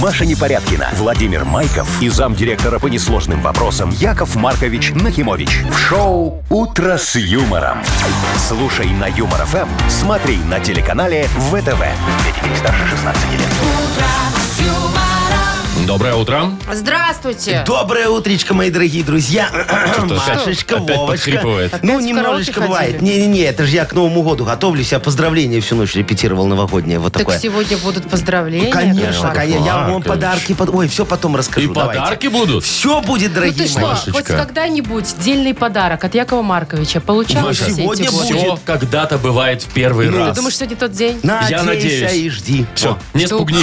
Маша Непорядкина, Владимир Майков и замдиректора по несложным вопросам Яков Маркович Нахимович. В шоу «Утро с юмором». Слушай на Юмор ФМ, смотри на телеканале ВТВ. Для детей старше 16 лет. Доброе утро. Здравствуйте. Доброе утречко, мои дорогие друзья. Что-то Машечка, опять Вовочка. подхрипывает. Ну, Опять в немножечко караоке бывает. ходили? Не-не-не, это же я к Новому году готовлюсь, я поздравления всю ночь репетировал новогоднее. Вот Так такое. сегодня будут Ну, поздравления. Конечно, Яков Маркович. конечно. Я вам Маркович. подарки... под- Ой, все потом расскажу. И подарки будут? Все будет, Ну дорогие ты что, мои. хоть Машечка. когда-нибудь дельный подарок от Якова Марковича получал Маша, за все сегодня эти годы? будет. Все когда-то бывает в первый Ну, раз. Ты думаешь, сегодня тот день? Надейся надеюсь. и жди. Все, Во. не Что? спугни.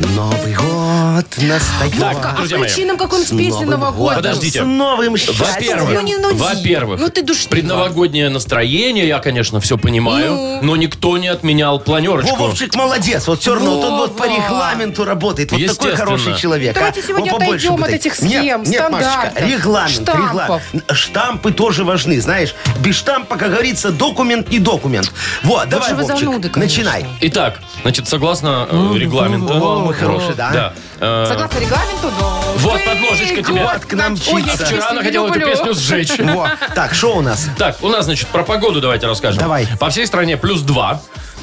Новый год настает. Вовка, а друзья мои, причинам каком-нибудь с песни Новым Нового годом. года? Подожди. Подождите. С новым счастьем. Ну, не нуди. Во-первых, во-первых, Ну, ты душнила. предновогоднее настроение, я, конечно, все понимаю, Ну. но никто не отменял планерочку. Вовчик молодец, вот все равно вот он вот по Вова. регламенту работает. Вот такой Естественно. хороший человек. Давайте а. сегодня Он побольше отойдем бы от дай. этих схем, нет, нет, Машечка, стандартов, регламент, штампов. регламент. Штампы тоже важны, знаешь. Без штампа, как говорится, документ не документ. Вот, давай, же вы Вовчик, зануды, конечно. начинай. Итак, значит, согласно Ну, э, регламенту... О, мы хорошие, да? Да. э, Согласно регламенту, ну, но... Вот подложечка тебе. Вот к нам Ой, я мчится. тебя Вчера она не хотела эту люблю. песню сжечь. Во. Так, что у нас? Так, у нас, значит, про погоду давайте расскажем. Давай. По всей стране плюс 2.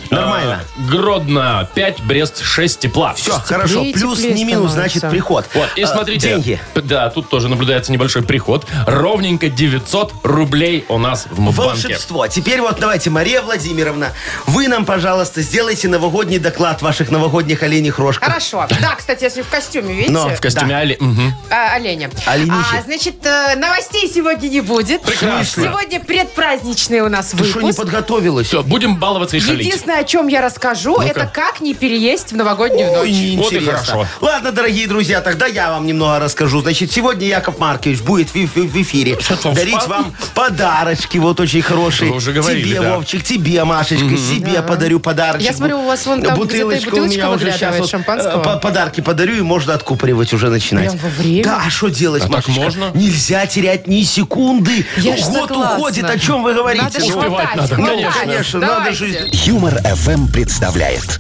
Нормально. Гродно 5, Брест 6 тепла. Все, хорошо. теплее Плюс не становится. минус, значит, приход. Вот, и А, смотрите. Деньги. П- Да, тут тоже наблюдается небольшой приход. Ровненько 900 рублей у нас в Мбанке. Волшебство. Теперь вот давайте, Мария Владимировна, вы нам, пожалуйста, сделайте новогодний доклад ваших новогодних оленях рожках. Хорошо. Да, кстати, если в костюме, видите? Но В костюме Али. мгм. А, оленя. Оленихи. А, значит, э, новостей сегодня не будет. Прекрасно. Сегодня предпраздничный у нас Ты что, не выпуск. подготовилась? Все, будем баловаться и шалить. Единственное, о чем я расскажу, это как не переесть в новогоднюю Ой, ночь. Ну, неинтересно. Вот и хорошо. Ладно, дорогие друзья, тогда я вам немного расскажу. Значит, сегодня Яков Маркович будет в, в- в эфире Что-то он дарить спал? вам подарочки, вот очень хорошие. Вы уже говорили, тебе, да. Вовчик, тебе, Машечка, себе подарю подарочек. Я смотрю, у вас вон там где-то и у бутылочка меня уже выглядывает сейчас вот, шампанского. э, по- подарки подарю, и можно откупоривать уже начинать. Прям во время? Да, а что делать, А так Машечка? можно? Нельзя терять ни секунды. Я ж Год согласна. уходит, о чем вы говорите? Надо же Ну, Успевать хватать. надо, Ну, конечно. Конечно, надо Давайте. же- Юмор FM представляет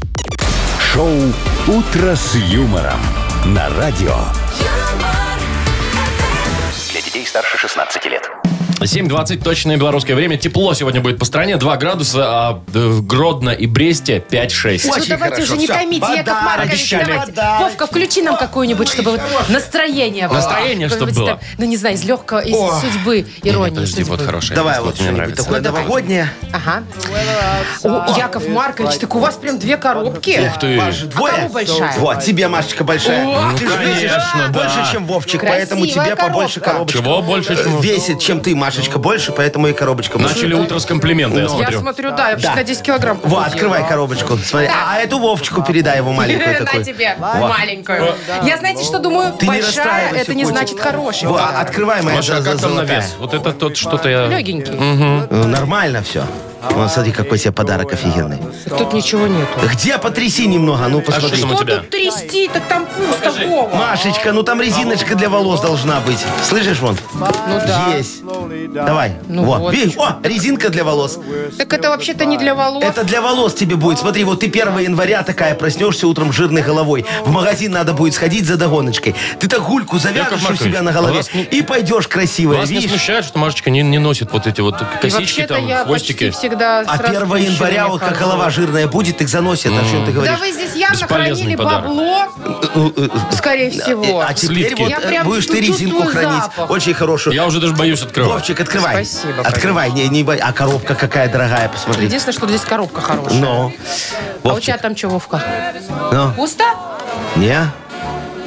шоу Утро с юмором на радио. Для детей старше 16 лет. 7.20, точное белорусское время. Тепло сегодня будет по стране. 2 градуса, а э, в Гродно и Бресте 5-6. Ну, Очень давайте хорошо. уже не Всё, томите, Яков подарочки, Маркович, давайте. подарочки. Вовка, включи нам какую-нибудь, чтобы вот настроение было. Настроение, чтоб Какое-нибудь было. там, Ну, не знаю, из легкого, из судьбы, иронии Подожди, судьбы. вот хорошая. Давай мысль, вот мне что-нибудь нравится. такое новогоднее. Ага. uh, О, Яков Маркович, так у вас прям две коробки. Ух ты. Паш, двое? кому большая? Вот, тебе, Машечка, большая. Ну, ты же весишь конечно, да. больше, чем Вовчик, Красивая поэтому тебе побольше коробка. коробочка. Чего больше? Э, чего? Весит, чем ты, Машечка, больше, поэтому и коробочка больше. Начали утро с комплимента, я Я смотрю. смотрю, да, я вообще Да. на 10 килограмм. Во, похудела. открывай коробочку. Смотри. А эту Вовчику передай его маленькую На такой. тебе, Во. маленькую. Я, знаете, что думаю, Ты не большая, расстраивайся, это не котик. значит хороший. Во, а- открывай, моя Маша, а за- как там золотая. навес? Вот это тот что-то я... Легенький. Ну, Нормально все. Вон, смотри, какой тебе подарок офигенный. Тут ничего нету. Где потряси немного, ну А что посмотри. там у Что тебя? тут трясти? Так там пусто, Вова. Машечка, ну там резиночка для волос должна быть. Слышишь, вон? Ну да. Есть. Давай. Ну Во, вот. видишь? О, резинка для волос. Так это вообще-то не для волос. Это для волос тебе будет. Смотри, вот ты 1 января такая проснешься утром с жирной головой. В магазин надо будет сходить за догоночкой. Ты так гульку завяжешь у Маркович, себя на а голове вас не- и пойдешь красивая. Вас не Видишь? смущает, что Машечка не, не носит вот эти вот И косички вообще-то там, я хвостики? почти всегда А с 1 распущенными января, вот как хожу. голова жирная будет, так заносит. О чем Да ты говоришь? вы здесь явно Бесполезный хранили подарок. бабло, Э, э, скорее э, всего. А теперь Слитки. вот Я э, прям будешь ты чувствую резинку хранить. запах. Очень хорошую. Я уже даже боюсь открывать. Вовчик, открывай. Спасибо, Открывай, не, не бой. А коробка какая дорогая, посмотри. Единственное, что здесь коробка хорошая. Ну, А у тебя Вовчик, там что, Вовка? ну, Пусто? не?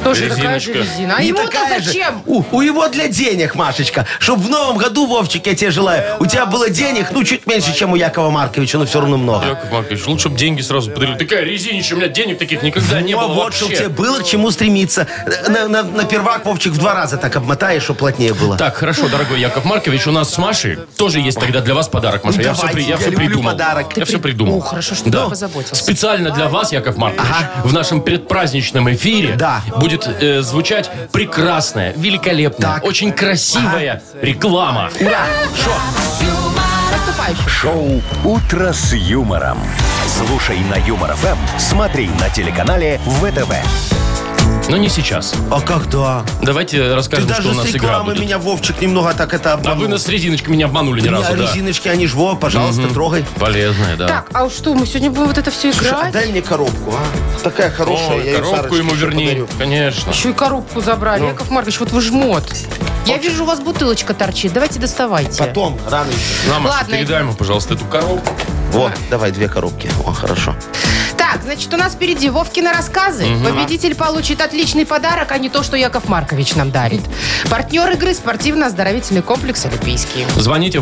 Тоже такая же Резиночка. резина. А Не ему-то такая же. зачем? У, у его для денег, Машечка. Чтоб в новом году, Вовчик, я тебе желаю, у тебя было денег, ну, чуть меньше, чем у Якова Марковича, но все равно много. Яков Маркович, лучше бы деньги сразу подарили. Такая резинища, у меня денег таких никогда не Ну, было вот, чтобы тебе вообще. было к чему стремиться. На, на- на первак, Вовчик, в два раза так обмотаешь, чтобы плотнее было. Так, хорошо, дорогой Яков Маркович, у нас с Машей тоже есть тогда для вас подарок, Маша. Ну, я все, давайте, при- я я все люблю придумал. подарок. Я Ты все при- придумал. О, хорошо, что ты позаботился. Специально для вас, Яков Маркович, в нашем предпраздничном эфире Да. будет э, звучать прекрасная, великолепная, очень красивая реклама. Наступающий. Шоу «Утро с юмором». Слушай на Юмор ФМ, смотри на телеканале ВТВ. Но не сейчас. А когда? Давайте Ты расскажем, что даже у с нас игра рекламы будет. меня, Вовчик, немного так это А обманул. вы нас серединочка меня обманули ни Меня разу, да. резиночки, они ж, во, пожалуйста, трогай. Полезная, да. Так, а уж что, мы сегодня будем вот это все Слушай, а играть? дай мне коробку, а? Такая хорошая, Ой, я её коробку Сарочке ему ещё верни, подарю. конечно. Еще и коробку забрали. Ну. Яков Маркович, вот вы жмот. Я вижу, у вас бутылочка торчит. Давайте доставайте. Потом, рано еще. На, Маша, Ладно. передай ему, пожалуйста, эту коробку. Вот, давай две коробки. О, хорошо. Так, значит, у нас впереди Вовкины рассказы. Победитель получит отличный подарок, а не то, что Яков Маркович нам дарит. Партнер игры спортивно-оздоровительный комплекс «Олимпийский». Звоните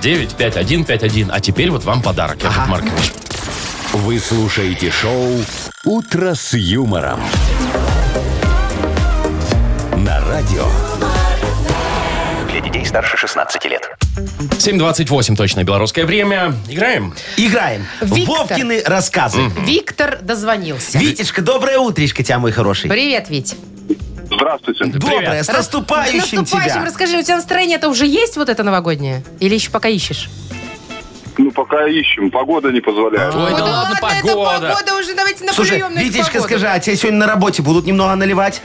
8017-269-5151. А теперь вот вам подарок, Яков Маркович. Вы слушаете шоу «Утро с юмором». На радио. Для детей старше 16 лет. 7.28 точное белорусское время. Играем? Играем. Виктор. Вовкины рассказы. Виктор дозвонился. Витечка, доброе утречко тебя, мой хороший. Привет, Вить. Здравствуйте. Доброе, с Рас- наступающим С наступающим. А, тебя. Расскажи, у тебя настроение-то уже есть вот это новогоднее? Или еще пока ищешь? Ну, пока ищем. Погода не позволяет. Ой, да Ну ладно, это погода. погода уже, давайте на Слушай, прием на эту Витечка, погоду. скажи, а тебя сегодня на работе будут немного наливать?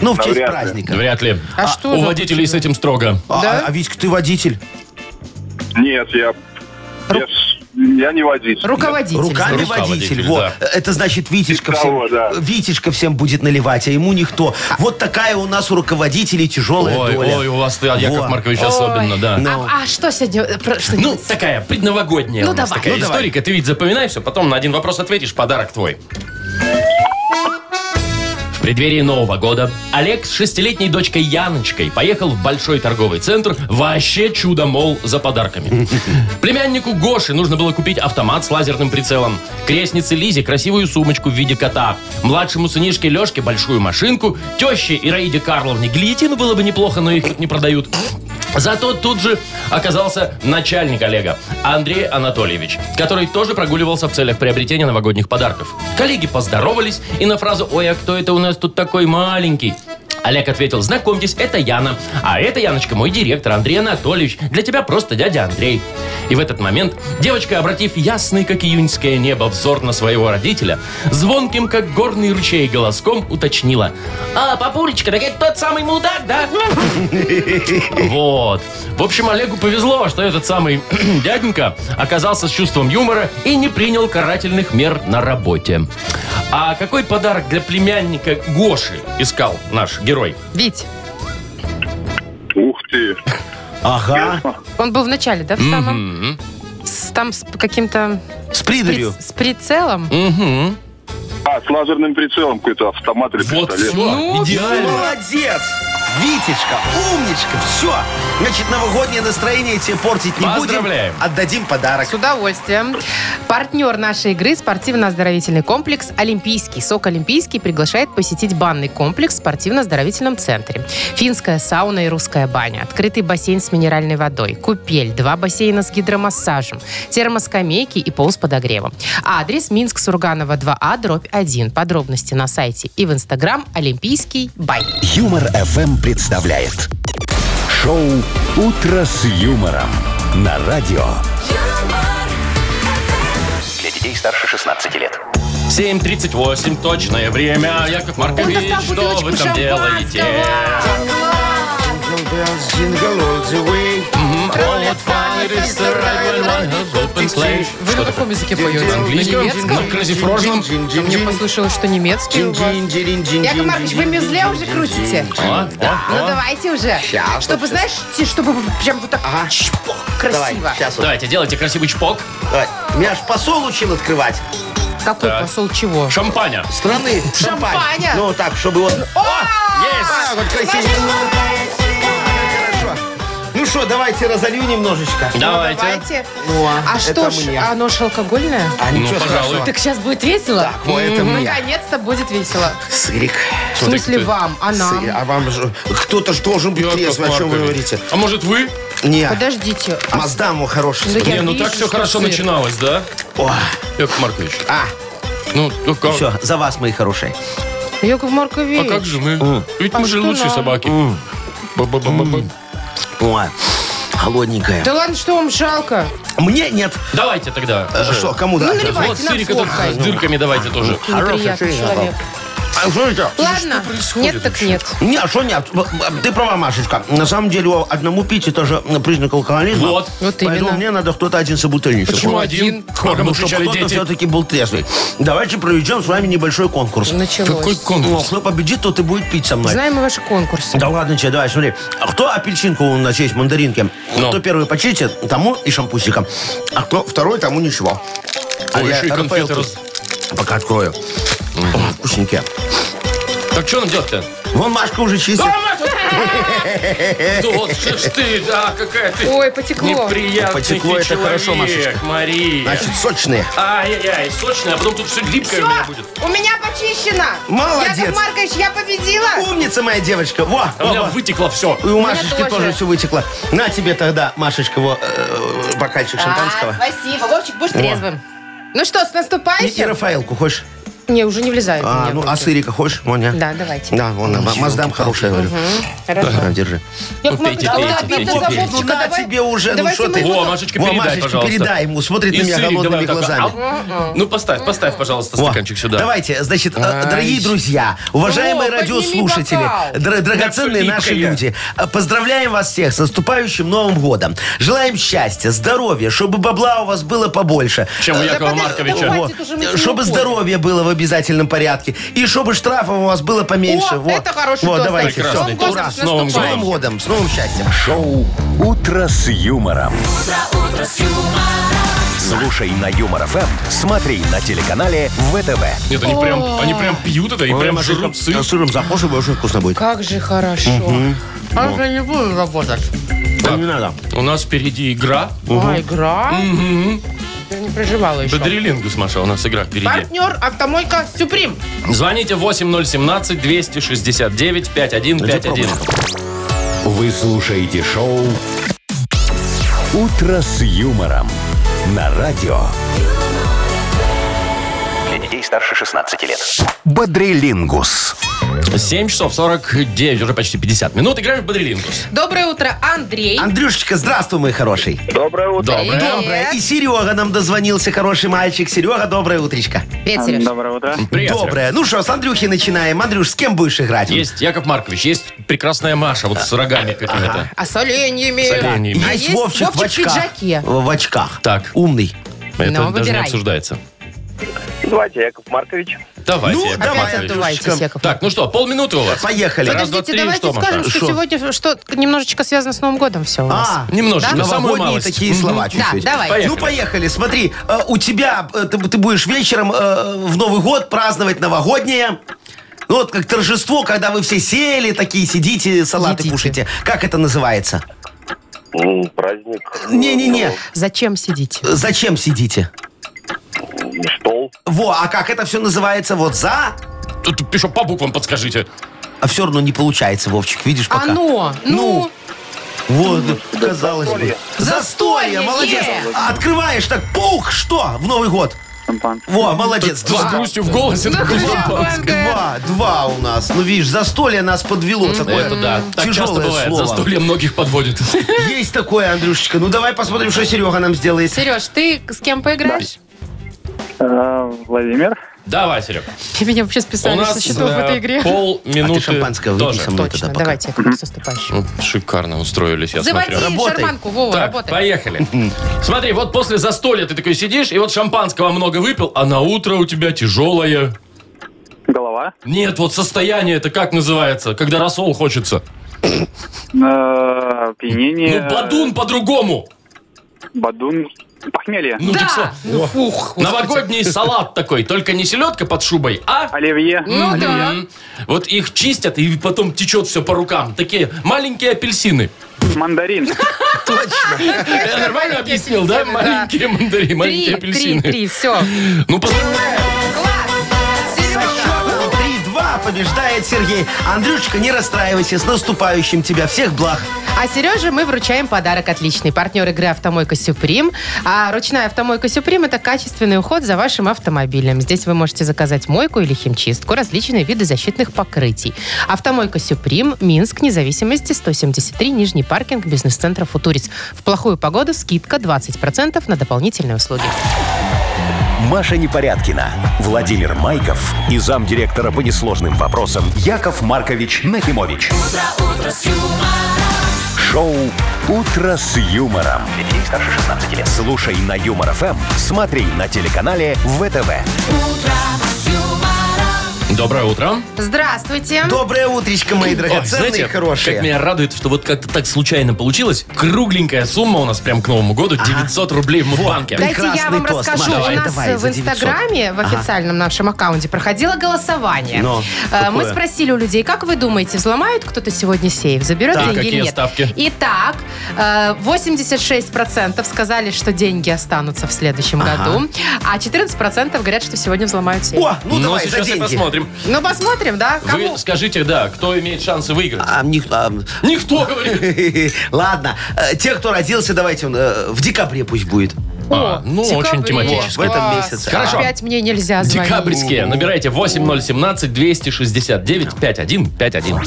Ну, в Навряд честь ли. праздника. Вряд ли. А что У за- водителей с этим строго. А, Да? а, а, Витька, ты водитель. Нет, я... Я, ж- я не водитель. Руководитель. Руками Рука водитель. водитель, Вот. да. Это значит, Витечка Без всем, того, да. Витечка всем будет наливать, а ему никто. Вот такая у нас у руководителей тяжелая Ой, доля. ой, у вас, да, Яков Во. Маркович, Ой. особенно, да. Ну. А, а что сегодня? э, про- что Ну, делать? такая предновогодняя Ну, у нас давай. такая Ну, давай. историка. Ты ведь запоминай все, потом на один вопрос ответишь, подарок твой. В преддверии Нового года Олег с шестилетней дочкой Яночкой поехал в большой торговый центр «Вообще чудо, мол, за подарками». Племяннику Гоше нужно было купить автомат с лазерным прицелом, крестнице Лизе красивую сумочку в виде кота, младшему сынишке Лешке большую машинку, теще Ираиде Карловне глиетину было бы неплохо, но их тут не продают. Зато тут же оказался начальник Олега, Андрей Анатольевич, который тоже прогуливался в целях приобретения новогодних подарков. Коллеги поздоровались, и на фразу «Ой, а кто это у нас тут такой маленький?» Олег ответил, знакомьтесь, это Яна. А это, Яночка, мой директор Андрей Анатольевич. Для тебя просто дядя Андрей. И в этот момент девочка, обратив ясный, как июньское небо, взор на своего родителя, звонким, как горный ручей, голоском уточнила. «А, папулечка, так это тот самый мудак, да?» Вот. В общем, Олегу повезло, что этот самый дяденька оказался с чувством юмора и не принял карательных мер на работе. А какой подарок для племянника Гоши искал наш герой? Вить, Ух ты. А. Ага. он был в начале, да, в самом? С- там с каким-то... С придурью. При- с прицелом? Угу. А, с лазерным прицелом какой-то автомат или Вот все, пистолет. Ну, идеально. Молодец! Витечка, умничка, все. Значит, новогоднее настроение тебе портить не Поздравляем. будем. Отдадим подарок. С удовольствием. Партнер нашей игры – спортивно-оздоровительный комплекс «Олимпийский». СОК «Олимпийский» приглашает посетить банный комплекс в спортивно-оздоровительном центре. Финская сауна и русская баня, открытый бассейн с минеральной водой, купель, два бассейна с гидромассажем, термоскамейки и пол с подогревом. Адрес Минск, Сурганова, 2А, дробь 1. Подробности на сайте и в Инстаграм «Олимпийский бай». Юмор ФМ представляет. Шоу «Утро с юмором». На радио. Для детей старше 16 лет. 7.38, точное время. Яков Маркович, достал что вы бутылочку там делаете? Вы на Что такое? каком Ну, языке поете? На английском? На немецком? На кразифрожном? Мне послышалось, что немецкий у вас. Яков Маркович, вы мюзле уже крутите? О, Ну о, о. давайте уже. А? Щас, чтобы, вот знаешь, те- чтобы прям вот так чпок, Давай, красиво. сейчас вот. Давайте, делайте красивый чпок. Давай. Меня аж посол учил открывать. А, Какой Так. посол чего? Шампаня. Страны. Шампань. Шампаня. Ну, так, чтобы он... Есть! А, вот красиво. Хорошо. Ну что, давайте разолью немножечко. Давайте. Давайте. Ну, а А что это ж, мне. а оно ж алкогольное? А Ну, ничего пожалуй. страшного. Так сейчас будет весело? Так, ну, это М, мне. Наконец-то будет весело. Сырик. В смысле ты. вам, а нам? Сырик. А вам же... Кто-то же должен быть Яков трезвый, о чем вы Маркович. говорите. А может вы? Не, Подождите. а- Маздаму хороший. Да смотри. Не, ну вижу, так все что хорошо сыр. начиналось, да? О, Яков Маркович. а, Ну, ну как? Все, за вас, мои хорошие. Яков Маркович. А как же мы? Ведь А мы же что лучшие нам? собаки. Ба-ба-ба-ба-ба. Ой, голодненькая. Да ладно, что вам жалко? Мне нет. Давайте тогда. Э, Что, кому да? Ну, наливай. Вот Давайте нам сырик этот фоткай. с дырками давайте тоже. Неприятный человек. А что это? Ладно, происходит нет так нет. Не, а что нет? Ты права, Машечка. На самом деле, одному пить это же признак алкоголизма. Вот. Вот Поэтому именно. мне надо кто-то один собутыльничек. Почему один? ну Хором Потому что отвечали кто-то дети. все-таки был трезвый. Давайте проведем с вами небольшой конкурс. Какой Началось. Ну, конкурс? кто победит, тот и будет пить со мной. Знаем мы ваши конкурсы. Да ладно тебе, давай, смотри. А Кто апельсинку у нас есть, мандаринки? Ну. Кто первый почистит, тому и шампусиком. А кто второй, тому ничего. А Ой, я еще и Рафаэль конфеты тут раз- Пока открою. О, вкусненькие. Так что нам делать-то? Вон Машка уже чистит. Да вот же ж ты, да, какая ты Ой, потекло. неприятный Потекло, ты это хорошо, человек, Машечка. Мария. Значит, сочные. Ай-яй-яй, сочная, а потом тут все липкое Все, у меня будет. у меня почищено. Молодец. Яков Маркович, я победила. Умница моя девочка. Во, А У во, меня во. вытекло все. И у меня Машечки тоже. тоже. все вытекло. На тебе тогда, Машечка, во, э, бокальчик шампанского. А, спасибо. Вовчик, будешь трезвым. Ну что, с И, и наступающим? Рафаэлку хочешь? Не, уже не влезает. у А, меня ну, в а руки. сырика хочешь? Вон, я. Да, давайте. Да, вон, она, Маздам хорошая, говорю. Хорошо. На, держи. Яков Маркович, пейте, да пейте, ладно, пейте, это за пейте. Вовчика, Ну, на давай- тебе уже, ну, давайте что мы ты? его- Во, Машечка, Во, передай, Машечка, пожалуйста. передай ему, смотрит И на меня сырик давай голодными так, глазами. а? Ну, поставь, поставь, пожалуйста, Во. стаканчик сюда. Давайте, значит, э, Ай. дорогие друзья, уважаемые О, подними радиослушатели, бокал. дра- драгоценные Как наши липкое. люди, э, поздравляем вас всех с наступающим Новым годом. Желаем счастья, здоровья, чтобы бабла у вас было побольше. Чем у Э, Якова подожди, Марковича. давай. во, Ну, Хватит уже, мы э, не Чтобы уходим. здоровье было в обязательном порядке. И чтобы штрафов у вас было поменьше. О, Во. это хороший Во, тост. давайте. Прекрасный всё. тост. Ура. С Новым С Новым годом. годом, с новым счастьем. Шоу «Утро с юмором». Слушай на Юмор ФМ, смотри на телеканале ВТВ. Нет, они прям, они прям пьют это и прям жрут сыр. С сыром запошим, очень вкусно будет. Как же хорошо. А я не буду работать. Да не надо. У нас впереди игра. А, игра? Я не проживала еще. Бедрилингус, Маша, у нас игра впереди. Партнер «Автомойка Сюприм». Звоните 8017-269-5151. Вы слушаете шоу «Утро с юмором» на радио Для детей старше 16 лет. «Бодрилингус». 7 часов 49, уже почти 50 минут. Играем в Бодрилингус. Доброе утро, Андрей. Андрюшечка, здравствуй, мой хороший. Доброе утро. Доброе. Привет. Доброе. И Серега нам дозвонился, хороший мальчик. Серега, доброе утречко. Привет, Сереж. Доброе утро. Привет. Серег. Доброе. Ну что, с Андрюхи начинаем. Андрюш, с кем будешь играть? Есть Яков Маркович, есть прекрасная Маша, вот с рогами какими-то. А с оленями? С оленями. А Есть Вовчик, в в очках. пиджаке. В в очках. Так. Умный. Это Ну, даже не выбирай. обсуждается. Давайте, Яков Маркович. Давайте, Ну, Яков давай, Опять Маркович. отдувайтесь, Яков Так, ну что, полминуты у вас. Поехали. Раз, два, Подождите, три, давайте что, Маша? скажем, что Что? сегодня что немножечко связано с Новым годом все у нас. А, Немножечко, Да? самую новогодние малость. такие слова Да, чуть-чуть. давай. Поехали. Ну, поехали. Смотри, э, у тебя, э, ты, ты будешь вечером э, в Новый год праздновать новогоднее. Ну, вот как торжество, когда вы все сели, такие сидите, салаты Едите. кушаете. Как это называется? М, Ну, Праздник. э, ну, Не-не-не. Зачем сидите? Зачем сидите? М, Стол. Во, а как это все называется? Вот за... Тут пишу по буквам подскажите. А все равно не получается, Вовчик, видишь пока. Оно. А Ну, Вот, казалось бы. Застолье, Застолье, молодец. е! А Открываешь так, пух, что в Новый год? Во, молодец, С два. грустью в голосе. Ну, такой хотя бы. шампанское. Два, два у нас. Ну, видишь, застолье нас подвело. Такое Это да, так часто тяжелое бывает. слово. Застолье многих подводит. Есть такое, Андрюшечка. Ну, давай посмотрим, что Серега нам сделает. Сереж, ты с кем поиграешь? Э, Владимир. Давай, Серег. Меня вообще У списали со нас счетов в этой игре. э, а полминуты ты шампанское выпей со тоже. мной Точно, тогда пока. давайте, я как наступающим. Вот Шикарно устроились, я Заводи смотрю. Работай. шарманку, Вова, Так, работай. поехали. Смотри, вот после застолья ты такой сидишь, и вот шампанского много выпил, а на утро у тебя тяжелое. Голова. Нет, вот состояние это как называется, когда рассол хочется? Э, Опьянение. Ну, бадун по-другому. Бадун. Похмелье. Ну, так Да! что, Ну, фух. новогодний салат такой, только не селедка под шубой, а... Оливье. Ну да. М, Вот их чистят, и потом течет все по рукам. Такие маленькие апельсины. Мандарин. Я нормально объяснил, да? апельсины, да. Маленькие мандарины, маленькие Три, три, апельсины. три, все. Ну, поздравляю. Класс! Со Серега! счетом 3-2 побеждает Сергей. Андрюшечка, не расстраивайся, с наступающим тебя. Всех благ. А Сереже мы вручаем подарок отличный. Партнер игры «Автомойка Сюприм». А ручная «Автомойка Сюприм» — это качественный уход за вашим автомобилем. Здесь вы можете заказать мойку или химчистку, различные виды защитных покрытий. «Автомойка Сюприм», Минск, независимости, 173, Нижний паркинг, бизнес-центр «Футурис». В плохую погоду скидка 20% на дополнительные услуги. Маша Непорядкина, Владимир Майков и замдиректора по несложным вопросам Яков Маркович Нахимович. Шоу Утро с юмором. Детей старше 16 лет. Слушай на юмор ФМ, смотри на телеканале ВТВ. Доброе утро. Здравствуйте. Доброе утречко, мои Ой, драгоценные знаете, и хорошие. как меня радует, что вот как-то так случайно получилось. Кругленькая сумма у нас прям к Новому году. 900 рублей в Мудбанке. блин. Дайте я вам Прекрасный тост, расскажу. Маша. У Давай, нас давай, в за 900. Инстаграме, в Ага. официальном нашем аккаунте, проходило голосование. Но, Э, какое? Мы спросили у людей, как вы думаете, взломают кто-то сегодня сейф, заберет Так, деньги какие или нет? ставки? Итак, э, 86% сказали, что деньги останутся в следующем году, а 14% говорят, что сегодня взломают сейф. О, ну Но давай, за сейчас и деньги. посмотрим. Ну, посмотрим, да? Кому? Вы скажите, да, кто имеет шансы выиграть? А, них- а, Никто, говорит. Ладно, э, те, кто родился, давайте э, в декабре пусть будет. А, ну, очень В тематически. этом Класс. месяце. Хорошо. Опять мне нельзя звонить. Декабрьские. Набирайте 8017 269 5151.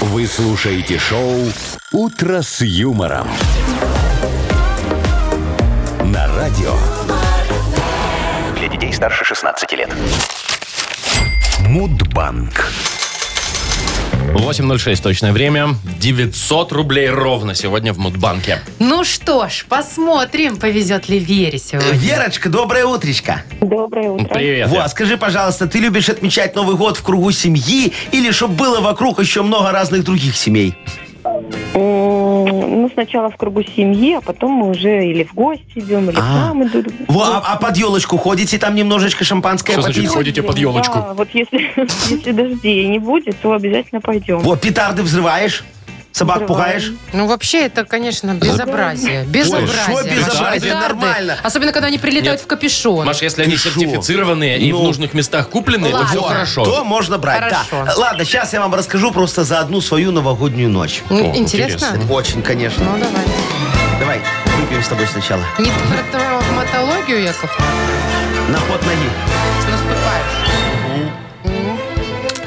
Вы слушаете шоу Утро с юмором. На радио Для детей старше 16 лет. Мудбанк. 8.06 точное время. 900 рублей ровно сегодня в Мудбанке. Ну что ж, посмотрим, повезет ли Вере сегодня. Э, Верочка, доброе утречко. Доброе утро. Привет. Во, скажи, пожалуйста, ты любишь отмечать Новый год в кругу семьи или чтобы было вокруг еще много разных других семей? М, Ну, Э, сначала в кругу семьи, а потом мы уже или в гости идем, или к А. нам идут. Во, а, а под елочку ходите, там немножечко шампанское Что значит попить? ходите под Да, елочку? А, вот если, если дождей не будет, то обязательно пойдем. Во, петарды взрываешь? Собак Взрываем. пугаешь? Ну, вообще, это, конечно, безобразие. Безобразие. что безобразие? Петарды. Нормально. Особенно, когда они прилетают Нет. в капюшон. Маш, если они шо? сертифицированные и в Ну. нужных местах куплены, то Ладно. все Во, хорошо. То можно брать, да. Хорошо. Ладно, сейчас я вам расскажу просто за одну свою новогоднюю ночь. Ну, О, интересно? интересно. Очень, конечно. Ну, давай. Давай, выпьем с тобой сначала. Не про травматологию, Яков, На ход ноги. с наступаешь.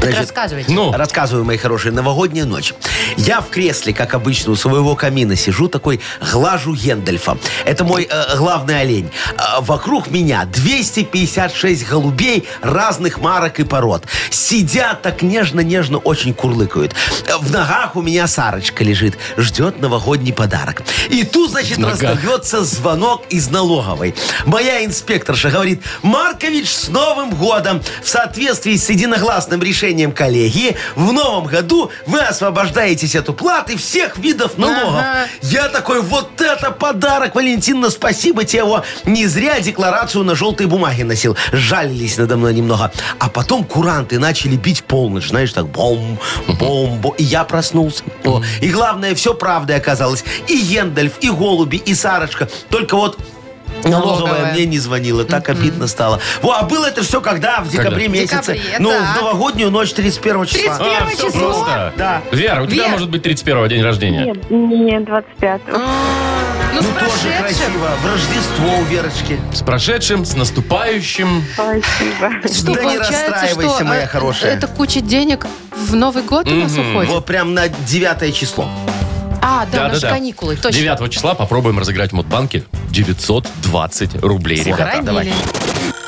Значит, Рассказывайте. Ну, Рассказываю, мои хорошие, новогодняя ночь. Я в кресле, как обычно, у своего камина сижу, такой глажу Гендальфа. Это мой э, главный олень. Э, вокруг меня 256 голубей разных марок и пород. Сидят так нежно-нежно, очень курлыкают. Э, в ногах у меня Сарочка лежит, ждет новогодний подарок. И тут, значит, ногах. раздается звонок из налоговой. Моя инспекторша говорит, Маркович, с Новым годом! В соответствии с единогласным решением коллегии, в новом году вы освобождаетесь от уплаты всех видов налогов. Ага. Я такой, вот это подарок, Валентина, спасибо тебе. Во. Не зря декларацию на желтой бумаге носил. Жалились надо мной немного. А потом куранты начали бить полночь, знаешь, так бом, бом, бом. И я проснулся. О, И главное, все правдой оказалось. И Ендальф, и голуби, и Сарочка. Только вот Налоговая. Налоговая мне не звонила, так обидно стало. Во, а было это все когда? В декабре месяце. декабре, ну, так. в новогоднюю ночь 31 числа. а, 31 первое всё число? просто. Да. Вера, у тебя Вер. может быть 31 день рождения. Нет, не 25-го. Ну, с Ну, тоже прошедшим. красиво. В Рождество у Верочки. С прошедшим, с наступающим. Спасибо. Что Да не получается, расстраивайся, что моя э, хорошая. это куча денег в Новый год у нас уходит? Вот прям на 9 число. А, да, у нас же Да-да-да. каникулы, точно. 9 числа попробуем разыграть в Мудбанке 920 рублей, ребята. Сохранили. Давай.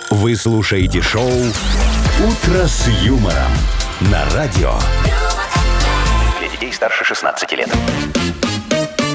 Вы слушаете шоу Утро с юмором. На радио Для детей старше 16 лет.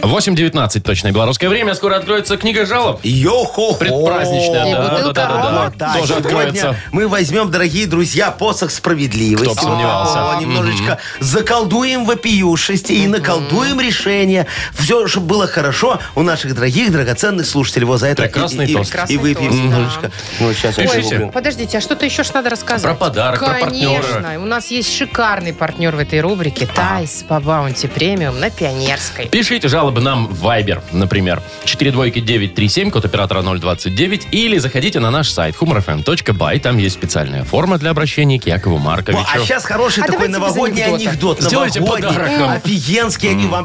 8.19 точное белорусское время. Скоро откроется книга жалоб. Йо-хо-хо. Предпраздничная, И да, да, да, бутылка да, да, рома. Вот, да, Тоже сегодня откроется. Мы возьмем, дорогие друзья, посох справедливости. Кто б сомневался. О, Немножечко заколдуем вопиюшести и наколдуем решение. Все, чтобы было хорошо у наших дорогих, драгоценных слушателей. Вот за это и- Прекрасный и, и- тост. И Прекрасный выпьем тост, да. немножечко. Ну, сейчас я Пишите. выпью. Подождите, а что-то еще ж надо рассказать? Про подарок, про Конечно. партнера. А. У нас есть шикарный партнер в этой рубрике. Тайс по баунти премиум на Пионерской. Пишите жалобы чтобы нам в Viber, например, 42937, код оператора 029, или заходите на наш сайт humorfm.by, там есть специальная форма для обращения к Якову Марковичу. а сейчас хороший А такой давайте без новогодний анекдота. анекдот. Сделайте новогодний, подарок нам. Офигенский, они вам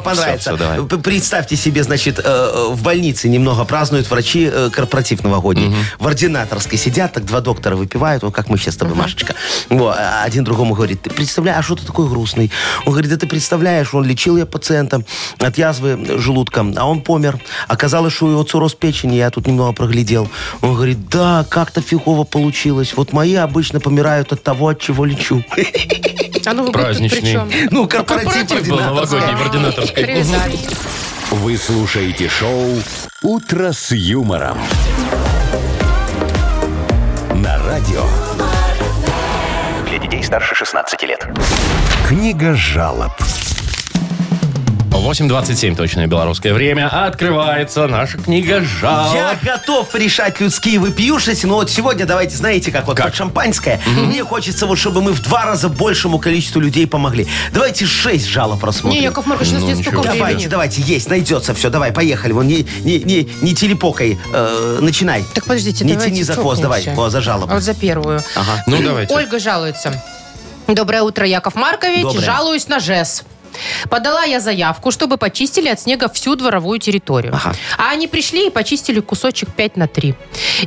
всё, понравятся. давай. П- Представьте себе, значит, э, э, в больнице немного празднуют врачи э, корпоратив новогодний. В ординаторской сидят, так два доктора выпивают, вот как мы сейчас с тобой, Машечка. Во, а один другому говорит, ты представляешь, а что ты такой грустный? Он говорит, да ты представляешь, он лечил я пациента от язвы желудка, а он помер. Оказалось, что у его цирроз печени, я тут немного проглядел. Он говорит, да, как-то фигово получилось. Вот мои обычно помирают от того, от чего лечу. А ну вы тут Праздничный. при чем? Ну, Корпоратив был новогодний в ординаторской. Привязали. Вы слушаете шоу «Утро с юмором». На радио Для детей старше 16 лет. «Книга жалоб». 8.27 точное белорусское время. Открывается наша книга жалоб. Я готов решать людские выпиюшести, но вот сегодня давайте, знаете, как вот под шампанское. Мне хочется, вот, чтобы мы в два раза большему количеству людей помогли. Давайте шесть жалоб просмотрим. Не, Яков Маркович, у нас Ну, нет ничего. столько Давайте, времени. давайте, есть, найдется все, давай, поехали. Вон, не, не, не, не телепокой, э, начинай. Так подождите, Не давайте тяни за хвост, давай, чокнемся. о, за жалобу. А Вот за первую. Ага. Ну, давайте. Ольга жалуется. Доброе утро, Яков Маркович. Доброе. Жалуюсь на ЖЭС. Подала я заявку, чтобы почистили от снега всю дворовую территорию. Ага. А они пришли и почистили кусочек 5 на 3.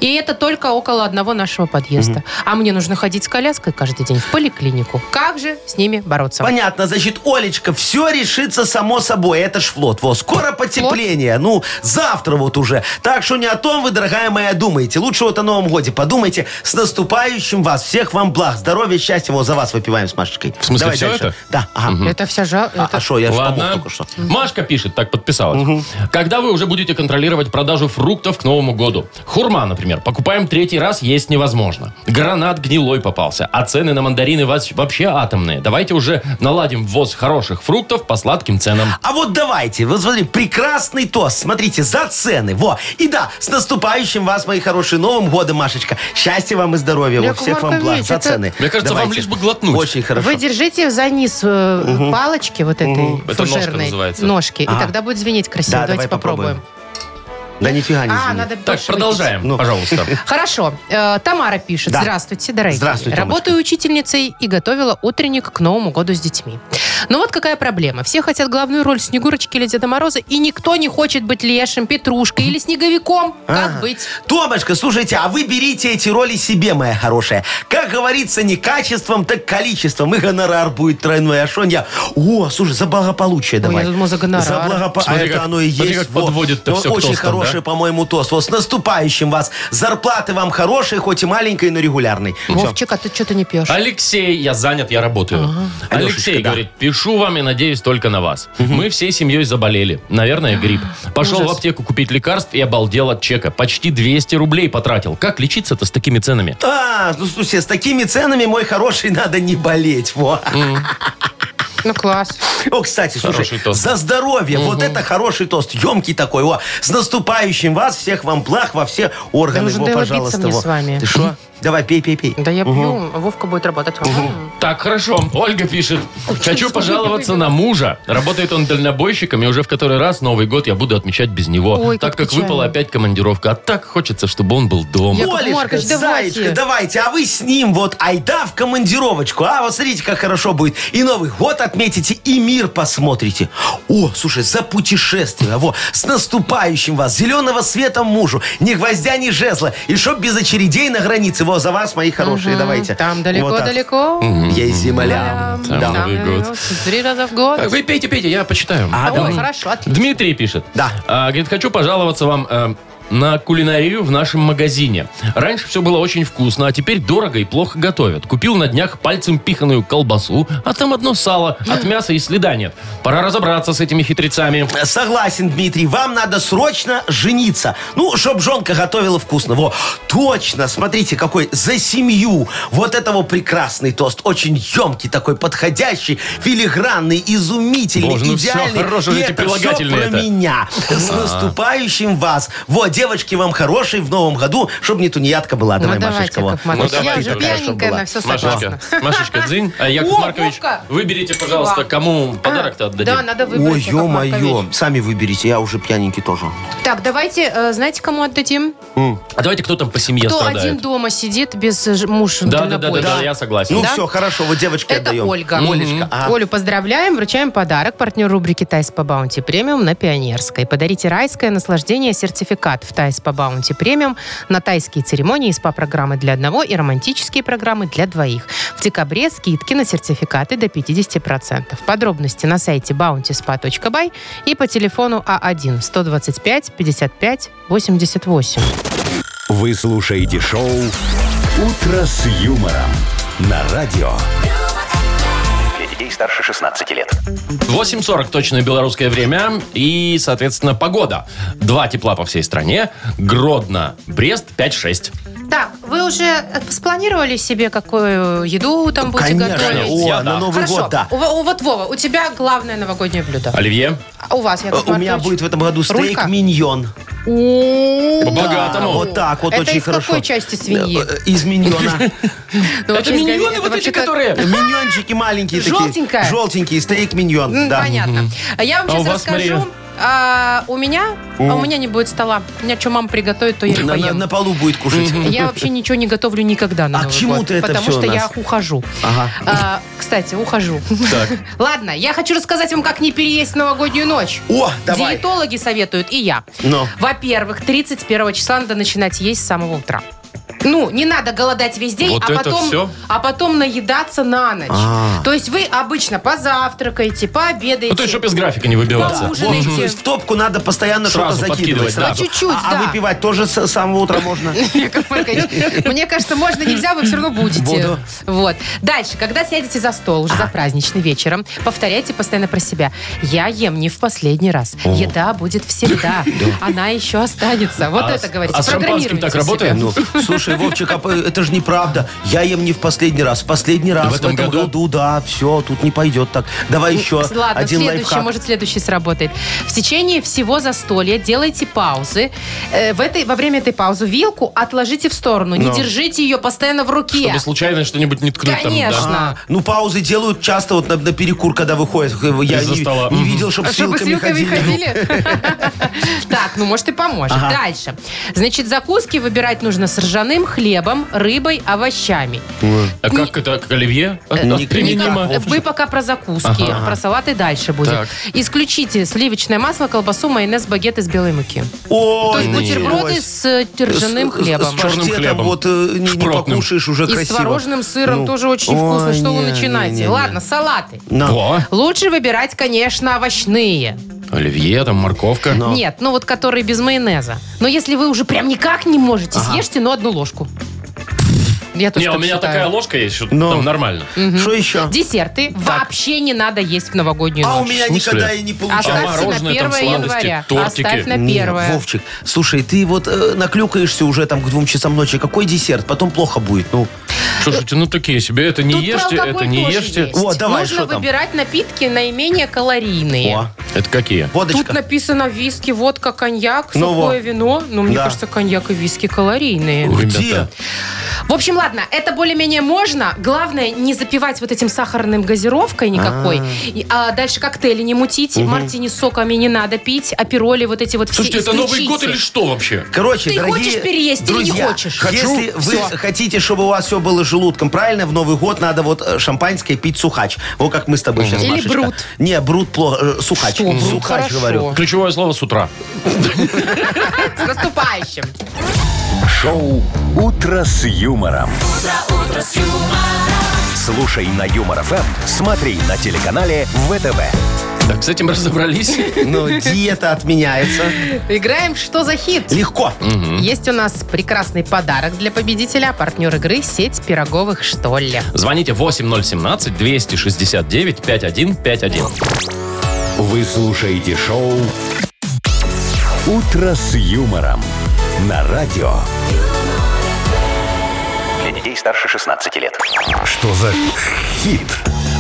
И это только около одного нашего подъезда. А мне нужно ходить с коляской каждый день в поликлинику. Как же с ними бороться? Понятно, значит, Олечка, все решится само собой. Это ж флот. Во, скоро потепление. Ну, завтра вот уже. Так что не о том вы, дорогая моя, думаете. Лучше вот о Новом годе. Подумайте. С наступающим вас. Всех вам благ. Здоровья, счастья. Вот за вас выпиваем с Машечкой. В смысле, всё это? Да, ага. Это вся жа... А- это- А что, я же помог Ладно. только что. Машка пишет, так подписалась. Когда вы уже будете контролировать продажу фруктов к Новому году? Хурма, например, покупаем третий раз, есть невозможно. Гранат гнилой попался, а цены на мандарины вас- вообще атомные. Давайте уже наладим ввоз хороших фруктов по сладким ценам. А вот давайте, вот смотри, прекрасный тост. Смотрите, за цены. Во. И да, с наступающим вас, мои хорошие, Новым годом, Машечка. Счастья вам и здоровья. Во, Яков всех вам благ. Маркович, За это- цены. Мне кажется, вам лишь бы глотнуть. Очень хорошо. Вы держите за низ э, палочки вот этой Это ножка фужерной называется. ножки, и Ага. тогда будет звенеть красиво. А. Да, Давайте давай попробуем. попробуем. Да нифига не А, извини. надо Так, больше продолжаем, Ну. пожалуйста. Хорошо. Э, Тамара пишет. Да. Здравствуйте, дорогие. Здравствуйте, Работаю учительницей и готовила утренник к Новому году с детьми. Но вот какая проблема. Все хотят главную роль Снегурочки или Деда Мороза, и никто не хочет быть лешим, петрушкой или снеговиком. А. Как Ага. быть? Томочка, слушайте, а вы берите эти роли себе, моя хорошая. Как говорится, не качеством, так количеством. И гонорар будет тройной. А что я... О, слушай, за благополучие давай. я думала, за гонорар. благопо- Смотри, а это как- оно и смотри, есть. как подводит-то Ну, всё к Очень тостам, хороший, да? по-моему, тост. Вот с наступающим вас. Зарплаты вам хорошие, хоть и маленькой, но регулярной. Всё. Вовчик, а ты что-то не пьешь? Алексей, я занят, я работаю. Алексей Алешечка, да. говорит, пишу вам и надеюсь только на вас. Мы всей семьей заболели. Наверное, грипп. А, Пошел в аптеку купить лекарств и обалдел от чека. Почти 200 рублей потратил. Как лечиться-то с такими ценами? А, ну слушай, с такими ценами, мой хороший, надо не болеть. Во. Ну, класс. О, кстати, Хороший слушай, тост. за здоровье. Вот это хороший тост. Емкий такой. О, с наступающим вас, всех вам благ во все органы. нужно Во, долбиться пожалуйста. мне во. с вами. Ты что? Давай, пей, пей, пей. Да я пью, а Вовка будет работать. Так, хорошо. Ольга пишет. Хочу пожаловаться на мужа. Работает он дальнобойщиком, и уже в который раз Новый год я буду отмечать без него. Ой, так как как печально. выпала опять командировка. А так хочется, чтобы он был дома. Я- Яков Маркович, давайте. Заечка, давайте, а вы с ним вот айда в командировочку. А, вот смотрите, как хорошо будет. И Новый год отметите, и мир посмотрите. О, слушай, за путешествие. Во, с наступающим вас, зеленого света мужу. Ни гвоздя, ни жезла. И чтоб без очередей на границе. Во, за вас, мои хорошие, давайте. Там Вот так. далеко-далеко. Есть земля. Там, Да. Новый наверное, год. Три раза в год. Так, Э, Вы пейте, пейте, я почитаю. А, Ой, давай. хорошо, отлично. Дмитрий пишет. Да. А, говорит, хочу пожаловаться вам э, на кулинарию в нашем магазине. Раньше все было очень вкусно, а теперь дорого и плохо готовят. Купил на днях пальцем пиханую колбасу, а там одно сало, от мяса и следа нет. Пора разобраться с этими хитрецами. Согласен, Дмитрий, вам надо срочно жениться. Ну, чтоб жонка готовила вкусно. Во, точно, смотрите, какой за семью. Вот этого прекрасный тост. Очень емкий такой, подходящий, филигранный, изумительный, Боже, ну всё, идеальный. хорошие И эти это всё прилагательные-то. про меня. С наступающим вас. Вот, девочки вам хорошей в новом году, чтобы не тунеядка была. Давай, ну, давайте, Машечка, во. Яков Маркович. Ну, я давайте, уже давай, чтобы пьяненькая была. на все Машечка, согласна. Машечка, дзынь. А Яков О, Маркович, Вовка! выберите, пожалуйста, Два. кому подарок-то Да, отдадим. надо Ой, выбрать, Яков ё-моё, Маркович. сами выберите, я уже пьяненький тоже. Так, давайте, э, знаете, кому отдадим? А давайте кто там по семье Кто один страдает? дома сидит без э, ж- Да, мужа да, да, да, дальнобойщика? да, я согласен. Ну Да? все, хорошо, вот девочки Это отдаем. Ольга. Олечка, а, Олю поздравляем, вручаем подарок партнер рубрики «Тайс по баунти премиум» на Пионерской. Подарите райское наслаждение сертификат в «Тайс по баунти премиум» на тайские церемонии, СПА-программы для одного и романтические программы для двоих. В декабре скидки на сертификаты до 50%. Подробности на сайте bountyspa.by и по телефону А А1-125-55-88. Вы слушаете шоу «Утро с юмором» на радио. Для детей старше 16 лет. 8.40 точное белорусское время. И, соответственно, погода. Два тепла по всей стране. Гродно, Брест 5-6. Так, вы уже э, спланировали себе, какую еду там будете Конечно, готовить? о, Я да. на Новый А, Хорошо. год, да. У, Ва- у- вот, Вова, у тебя главное новогоднее блюдо. Оливье. А у вас, Э, Яков У меня Маркович? будет в этом году Рулька? стейк миньон. ну, По-богатому. А, вот так, вот Это очень из какой хорошо. части свиньи? Э, э, Из миньона. Ну, Это вообще, из говядины миньоны вот эти, вообще-то- которые... Миньончики маленькие такие. Желтенькая? Желтенькие, стейк миньон. М, да. Понятно. А Я вам А у сейчас вас, Мария? расскажу. а, у меня, а у меня не будет стола. У меня что мама приготовит, то я и На- На поем. на полу будет кушать. Я вообще ничего не готовлю никогда на А к Новый чему год, ты это потому всё что у я нас? ухожу. Ага. А, кстати, ухожу. Ладно, я хочу рассказать вам, как не переесть новогоднюю ночь. О, давай. Диетологи советуют, и я. Но. Во-первых, 31 числа надо начинать есть с самого утра. Ну, не надо голодать весь день, Вот а, это потом, всё? а потом наедаться на ночь. А. То есть вы обычно позавтракаете, пообедаете. Ну, то есть, чтобы из графика не выбиваться. Поужинаете. Вот, то есть в топку надо постоянно Сразу что-то закидывать. подкидывать, да. сразу. По чуть-чуть, А- да. А выпивать тоже с с самого утра можно? Яков Маркович, Мне кажется, можно, нельзя, вы все равно будете. Буду. Вот. Дальше, когда сядете за стол уже А. за праздничный вечером, повторяйте постоянно про себя. Я ем не в последний раз. Еда будет всегда. Она еще останется. Вот А это с- говорите. а с шампанским так Программируйте работает? себя. Ну, слушай, Вовчик, а по- это же неправда. Я ем не в последний раз. В последний раз этом году? да, все, тут не пойдет так. Давай еще Ладно, один следующий, лайфхак. может, следующий сработает. В течение всего застолья делайте паузы. Э, в этой, во время этой паузы вилку отложите в сторону. Не держите ее постоянно в руке. Чтобы случайно что-нибудь не ткнуть Конечно. там. да. А, ну, паузы делают часто вот на, на перекур, когда выходят. Я Из-за не, стола. не Мгм. видел, чтобы А с вилками ходили. Так, ну может и поможет. Дальше. Значит, закуски выбирать нужно с ржаным хлебом, рыбой, овощами. А как это к оливье? Э, никак. Применимо. Никак. Вы пока про закуски, про салаты дальше Так. будет. Исключите сливочное масло, колбасу, майонез, багет из белой муки. Ой, То есть началось. бутерброды с э, ржаным С, хлебом. с паштетом Черным хлебом. вот э, не, не Шпротным. покушаешь уже И с красиво. творожным сыром Ну. тоже очень Ой, вкусно. Что вы не, не, не, начинаете? не. Ладно, салаты. На. Во. Лучше выбирать, конечно, овощные. Оливье, там морковка. А. Нет, ну вот которые без майонеза. Но если вы уже прям никак не можете, съешьте, ну, одну ложку. Я тоже Не, у так меня считаю. такая ложка есть, что Но. там нормально. Что еще? Десерты вообще не надо есть в новогоднюю А у ночь. меня в смысле? никогда и не получалось. А Оставься на мороженое, 1 там, сладости, января. тортики? Оставь на Не, первое. Вовчик, слушай, ты вот э, наклюкаешься уже там к двум часам ночи. Какой десерт? Потом плохо будет. Ну, Слушайте, ну такие себе. Это не Тут про ешьте, алкоголь это не тоже ешьте. есть. О, давай, Нужно что там? выбирать напитки наименее калорийные. о, Это какие? Э, Тут водочка. написано виски, водка, коньяк, Ну сухое вот. вино. Но мне Да. кажется, коньяк и виски калорийные. Ух, Где? ребята. В общем, ладно, это более-менее можно. Главное, не запивать вот этим сахарным газировкой никакой. И, а дальше коктейли не мутить, мартини с соками не надо пить, апероли вот эти вот все Слушайте, это Новый исключите. год или что вообще? Короче, Ты дорогие хочешь переесть или не друзья, хочешь? Если Хочу. вы Всё. хотите, чтобы у вас все было желудком правильно, в Новый год надо вот э, шампанское пить сухач. Вот как мы с тобой сейчас, Или Машечка. брут. Не, брут плохо. э, Сухач. Что, брут Сухач, хорошо. говорю. Ключевое слово с утра. С наступающим. Шоу «Утро с юмором». Слушай на Юмор ФМ, смотри на телеканале ВТВ. Так, с этим разобрались. Но Ну, диета отменяется. Играем «Что за хит?» Легко. Есть у нас прекрасный подарок для победителя, партнер игры «Сеть пироговых, что ли». Звоните 8017-269-5151. Вы слушаете шоу «Утро с юмором» на радио. Для детей старше 16 лет. Что за хит?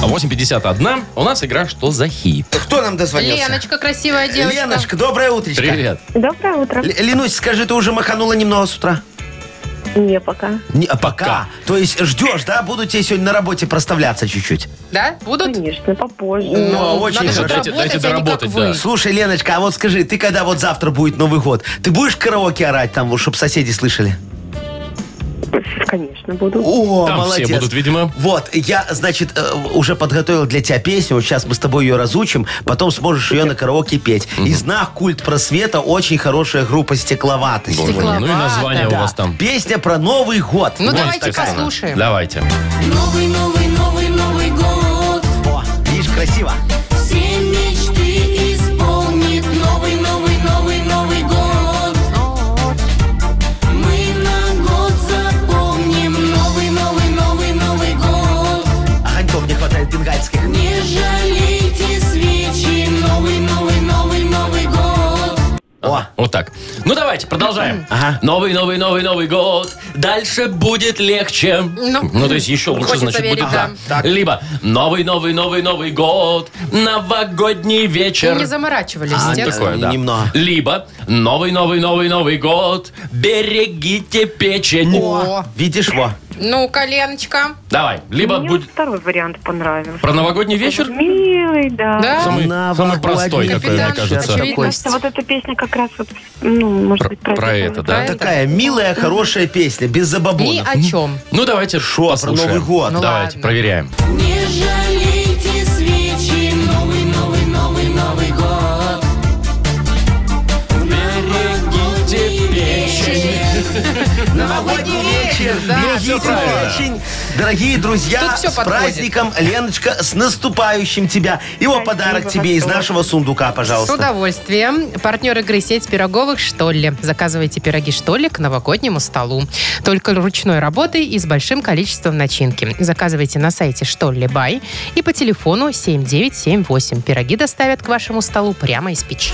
8.51. У нас игра «Что за хит?». Кто нам дозвонился? Леночка, красивая девочка. Леночка, доброе утречко. Привет. Доброе утро. Л- Ленусь, скажи, ты уже маханула немного с утра? Не пока. Не, а пока. То есть ждешь, да? Буду тебе сегодня на работе проставляться чуть-чуть. Да? Будут? Конечно, попозже. Ну, Надо очень же хорошо. хорошо. Дайте- дайте доработать, а не как доработать, вы. да. Слушай, Леночка, а вот скажи, ты когда вот завтра будет Новый год, ты будешь караоке орать там, чтобы соседи слышали? Конечно, буду. О, Там все молодец. будут, видимо. Вот, я, значит, э, уже подготовил для тебя песню. Вот сейчас мы с тобой ее разучим, потом сможешь ее на караоке петь. И знак культ просвета очень хорошая группа стекловатость. Боже мой, ну и название у Да. вас там. Песня про Новый год. Ну, Вот давайте такая. послушаем. Давайте. Новый, новый, новый, новый год. О, видишь, красиво. Все мечты исполнит новый, новый, новый, новый год. Мы на год запомним новый, новый, новый, новый год. Огоньков не хватает бенгальских. Не жалейте свечи, новый, новый, новый, новый год. О, Вот так. Ну давайте, продолжаем. Ага. Новый, новый, новый, новый год. Дальше будет легче. Ну, то есть еще лучше, хочется значит, верить, будет. да. Так. Либо новый, новый, новый, новый год. Новогодний вечер. Не заморачивались с А, текстом. Такое, Э, да. немного. Либо новый, новый, новый, новый год. Берегите печень. О, видишь, во. ну, коленочка. Давай. Либо Мне будет второй вариант понравился. про новогодний вечер. Милый, да. Да? Самый, самый Новогодний простой такой, мне Капитан кажется. Шевчук. Мне кажется, вот эта песня как раз вот, ну, может Про- быть, про это, да? Правильно. Такая милая, хорошая песня, без Ни забабонов. о чем. Ну давайте Шо, про послушаем. Новый год? Ну давайте, ладно. проверяем. Не жалейте свечи, новый, новый, новый, новый год. Новогодний вечер. Новогодний вечер, да, берегите всё правильно. очень. Дорогие друзья, Тут всё с подходит. праздником, Леночка, с наступающим тебя. Его Спасибо, подарок вас тебе из тоже. нашего сундука, С пожалуйста. удовольствием. Партнер игры сеть пироговых «Штолли». Заказывайте пироги «Штолли» к новогоднему столу. Только ручной работой и с большим количеством начинки. Заказывайте на сайте «Штолли Бай» и по телефону 7978. Пироги доставят к вашему столу прямо из печи.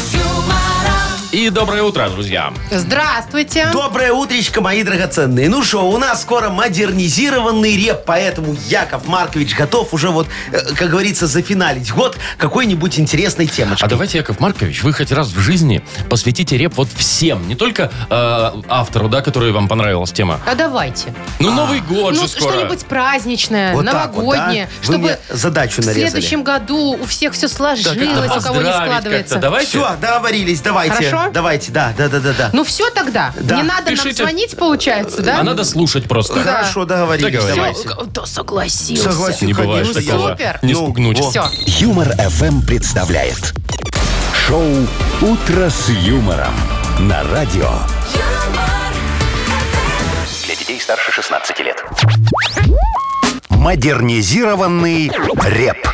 И доброе утро, друзья. Здравствуйте. Доброе утречко, мои драгоценные. Ну что, у нас скоро модернизированный реп, поэтому Яков Маркович готов уже вот, э, как говорится, зафиналить год какой-нибудь интересной темочкой. А давайте, Яков Маркович, вы хоть раз в жизни посвятите реп вот всем, не только э, автору, да, который вам понравилась тема. А давайте. Ну, Новый год ну, же скоро. что-нибудь праздничное, Вот так вот, новогоднее, да? Вы чтобы мне задачу в нарезали. следующем году у всех все Да, как-то сложилось, у кого не поздравить как-то. складывается. Давайте. Все, договорились, давайте. Хорошо? Давайте, да, да, да, да, да. Ну все тогда. Да. Не надо нам Пишите. звонить, получается, да? А надо слушать просто. Да. Хорошо, договорились. Договорились. давайте. Да согласился. Согласен, Не бывает конечно. такого. Супер. Не Ну, спугнуть. во. Все. Юмор ФМ представляет. Шоу «Утро с юмором» на радио. Юмор. Для детей старше 16 лет. Модернизированный реп.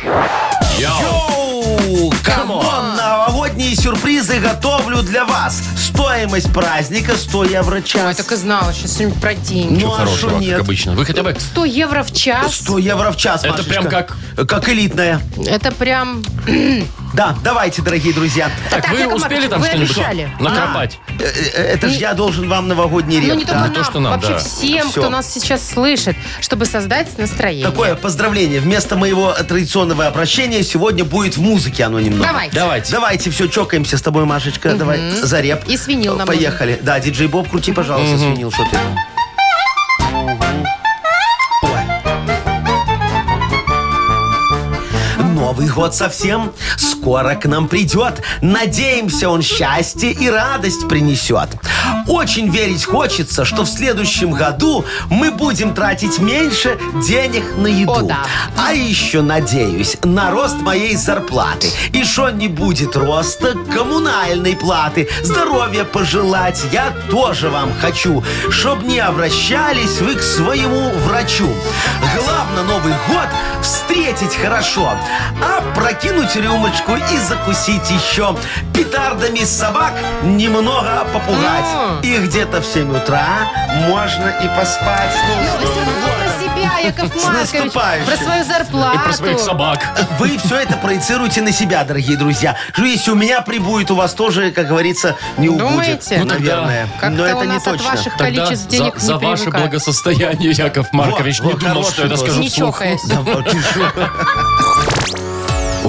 Йоу! Камон! Новогодние сюрпризы готовлю для вас. Стоимость праздника 100 евро в Ой, час. так и знала, сейчас что-нибудь про деньги. Ну, а Хорошего, шо как нет? обычно. Вы хотя бы... 100 евро в час. 100 евро в час, Это Машечка. прям как- Как элитная. Это прям... Да, давайте, дорогие друзья. Так, Так, вы Яков успели Маркович, там вы обещали. а? что-нибудь накропать? Э, э, Это же я должен вам новогодний Ну, не реп. только да. нам, то, что нам, вообще да. всем, Всё. кто нас сейчас слышит, чтобы создать настроение. Такое поздравление. Вместо моего традиционного обращения сегодня будет в музыке оно немного. Давай. Давайте. Давайте все, чокаемся с тобой, Машечка. Давай, за реп. И свинил нам Поехали. Да, диджей Боб, крути, пожалуйста, свинил, что ты. Ой. Новый год совсем скоро к нам придет. Надеемся, он счастье и радость принесет. Очень верить хочется, что в следующем году мы будем тратить меньше денег на еду. О, да. А еще надеюсь на рост моей зарплаты. И что не будет роста коммунальной платы. Здоровья пожелать я тоже вам хочу, чтоб не обращались вы к своему врачу. Главное Новый год встретить хорошо, а прокинуть рюмочку и закусить еще. Петардами собак немного попугать. М. И где-то в 7 утра можно и поспать. Ну, Вы с все Новым равно годом. про себя, Яков С Маркович. наступающим. Про свою зарплату. И про своих собак. Вы все это проецируете на себя, дорогие друзья. Что если у меня прибудет, у вас тоже, как говорится, не убудет. Думаете? Ну, тогда наверное. Как-то Но это у не нас от точно. ваших Тогда количеств денег за, за не ваше привыкают. благосостояние, Яков Маркович, не вот, думал, что это хороший скажу Не вслух. чокаясь. Да вот ты шо.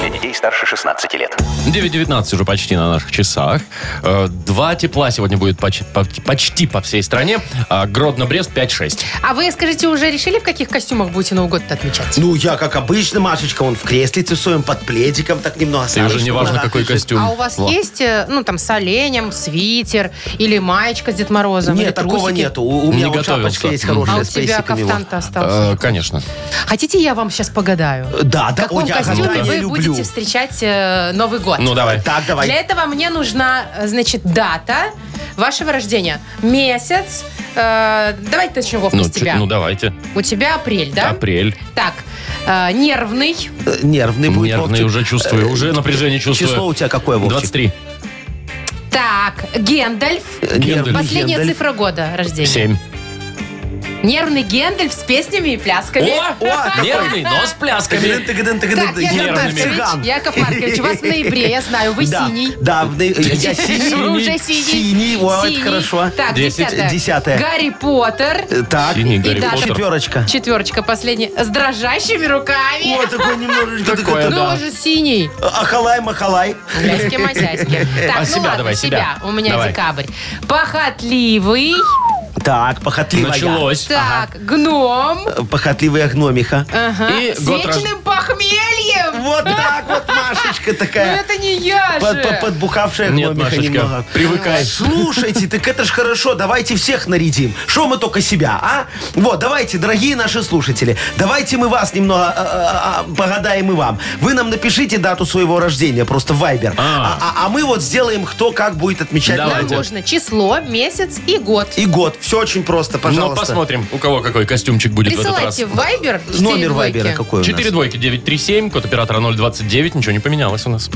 Для детей старше 16 лет. 9.19 уже почти на наших часах. Э, Два тепла сегодня будет поч- по- почти по всей стране. А Гродно-Брест 5-6. А вы, скажите, уже решили, в каких костюмах будете Новый год отмечать? Ну, я, как обычно, Машечка, он в креслице своем, под пледиком, так немного И уже Сарочка не в важно, ногах какой лежит. костюм. А у вас Во. есть, э, ну, там, с оленем, свитер или маечка с Дед Морозом? или Нет, такого трусики? нету. У, у Не меня вот готовился. шапочка есть Мгм. А хорошая у с тебя пейсиками, вот. кафтан-то остался. Э, Конечно. Хотите, я вам сейчас погадаю? Да, В да, каком ой, я костюме гадание вы люблю. будете встречать э, Новый год? Ну, давай. Так, давай. Для этого мне нужна, э, значит, дата вашего рождения, месяц. э, давайте начнем, Вовка, Ну, с чё- тебя. ну, давайте. У тебя апрель, да? Апрель. Так, э, нервный. Э, Нервный будет. Нервный Вовчик. Э, уже чувствую. Уже напряжение чувствую. Число у тебя какое, Вовчик? 23. Так, Гендальф. Э, нервный Последняя Гендель. цифра года рождения. 7. Нервный Гендальф с песнями и плясками. О, нервный, но с плясками. Так, Тыгыдын-тыгыдын-тыгыдын-тыгыдын. Яков Нервными. Маркович, Яков Маркович, у вас в ноябре, я знаю, вы Да, синий. Да, в ноя- э, я синий. Вы уже синий. Синий, вот, хорошо. Так, Десять. десятое. Десятое. Гарри Поттер. Э, Так, Синий Гарри да, Поттер. четверочка. Четверочка последняя. С дрожащими руками. О, такой немножечко. Такое, такой- ну, да. вы же синий. Ахалай-махалай. Ляськи-мазяськи. Так, А ну себя ладно, давай, себя. У меня Давай. декабрь. Похотливый. Так, похотливая. Началось. Так, гном. Э, Похотливая гномиха. Ага. И С год рож- вечным похмельем. Вот так вот, Машечка Ну, такая. это не я Э. Под- под- же. Подбухавшая Нет, гномиха Машечка, немного. А, привыкай. Слушайте, так это ж хорошо, давайте всех нарядим. Что мы только себя, а? Вот, давайте, дорогие наши слушатели, давайте мы вас немного э, э, э, погадаем и вам. Вы нам напишите дату своего рождения, просто в Вайбер. А. А, а- а мы вот сделаем, кто как будет отмечать Давайте. Нам Новый год. нужно число, месяц и год. И год. Все очень просто, Ну, пожалуйста. посмотрим, у кого какой костюмчик будет в этот раз. Присылайте в Viber. четыре Номер двойки. Вайбера какой у нас? 4 двойки 937, код оператора 029, ничего не поменялось у нас.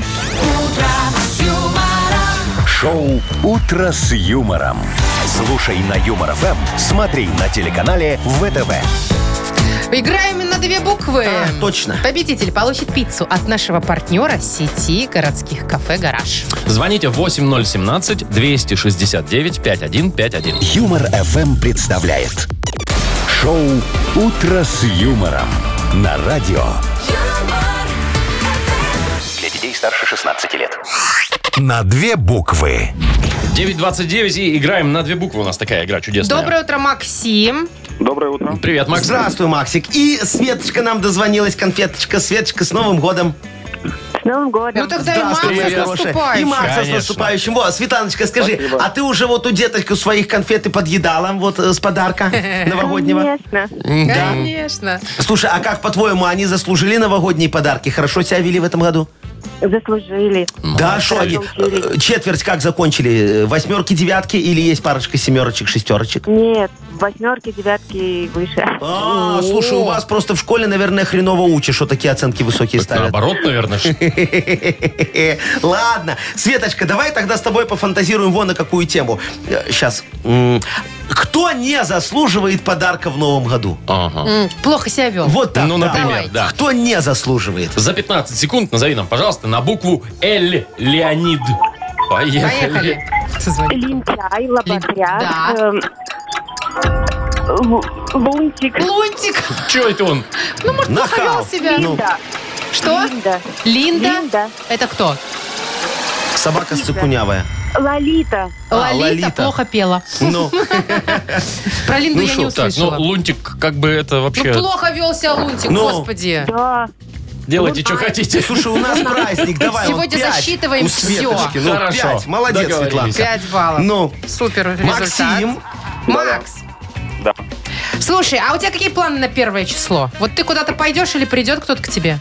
Шоу «Утро с юмором». Слушай на Юмор ФМ, смотри на телеканале ВТВ. Играем на две буквы. А, точно. Победитель получит пиццу от нашего партнера сети городских кафе «Гараж». Звоните 8017-269-5151. Юмор ФМ представляет шоу Утро с юмором на радио. Для детей старше 16 лет. На две буквы. 929 и играем на две буквы. У нас такая игра чудесная. Доброе утро, Максим. Доброе утро. Привет, Макс. Здравствуй, Максик. И Светочка нам дозвонилась, конфеточка. Светочка, с Новым годом. С Новым годом. Ну тогда и Макса Здравствуй, моя с хорошая. наступающим. И Макса Конечно. с наступающим. Вот, Светаночка, скажи, а ты уже вот у деток у своих конфеты подъедала вот э, с подарка новогоднего? Конечно. Конечно. Слушай, а как по-твоему, они заслужили новогодние подарки? Хорошо себя вели в этом году? Заслужили. Ну, Да, что они? э, Четверть как закончили? Э, Восьмерки, девятки или есть парочка семерочек, шестерочек? Нет, восьмерки, девятки и выше. А, слушай, у вас просто в школе, наверное, хреново учишь, что такие оценки высокие Так ставят. Наоборот, наверное. ж. Ладно, Светочка, давай тогда с тобой пофантазируем вон на какую тему. Э, Сейчас. Кто не заслуживает подарка в новом году? Ага. М, Плохо себя вел. Вот так. Ну, да. например, да. Кто не заслуживает? За 15 секунд назови нам, пожалуйста, на букву Л Леонид. Поехали. Поехали. Созвони. Лентяй, лоботряс, Да. эм, лу- лунтик, Лунтик. Че это он? Ну, может, плохо Нахал. Ну. вел себя. Линда. Что? Линда. Линда? Линда. Это кто? Собака сцепунявая. Лолита. А, Лолита, Лолита. плохо пела. Ну, Про Линду я не шо, так, ну, услышала. Лунтик, как бы это Ну, вообще... плохо вел себя Лунтик, Ну. господи. Да. Делайте, что хотите. слушай, у нас праздник, давай. вот Сегодня пять засчитываем у Светочки. всё. Ну, Хорошо, пять. Молодец, Светлана. договорились. Пять баллов. Ну, Супер результат. Максим, Макс. Да. Слушай, а у тебя какие планы на первое число? Вот ты куда-то пойдешь или придет кто-то к тебе?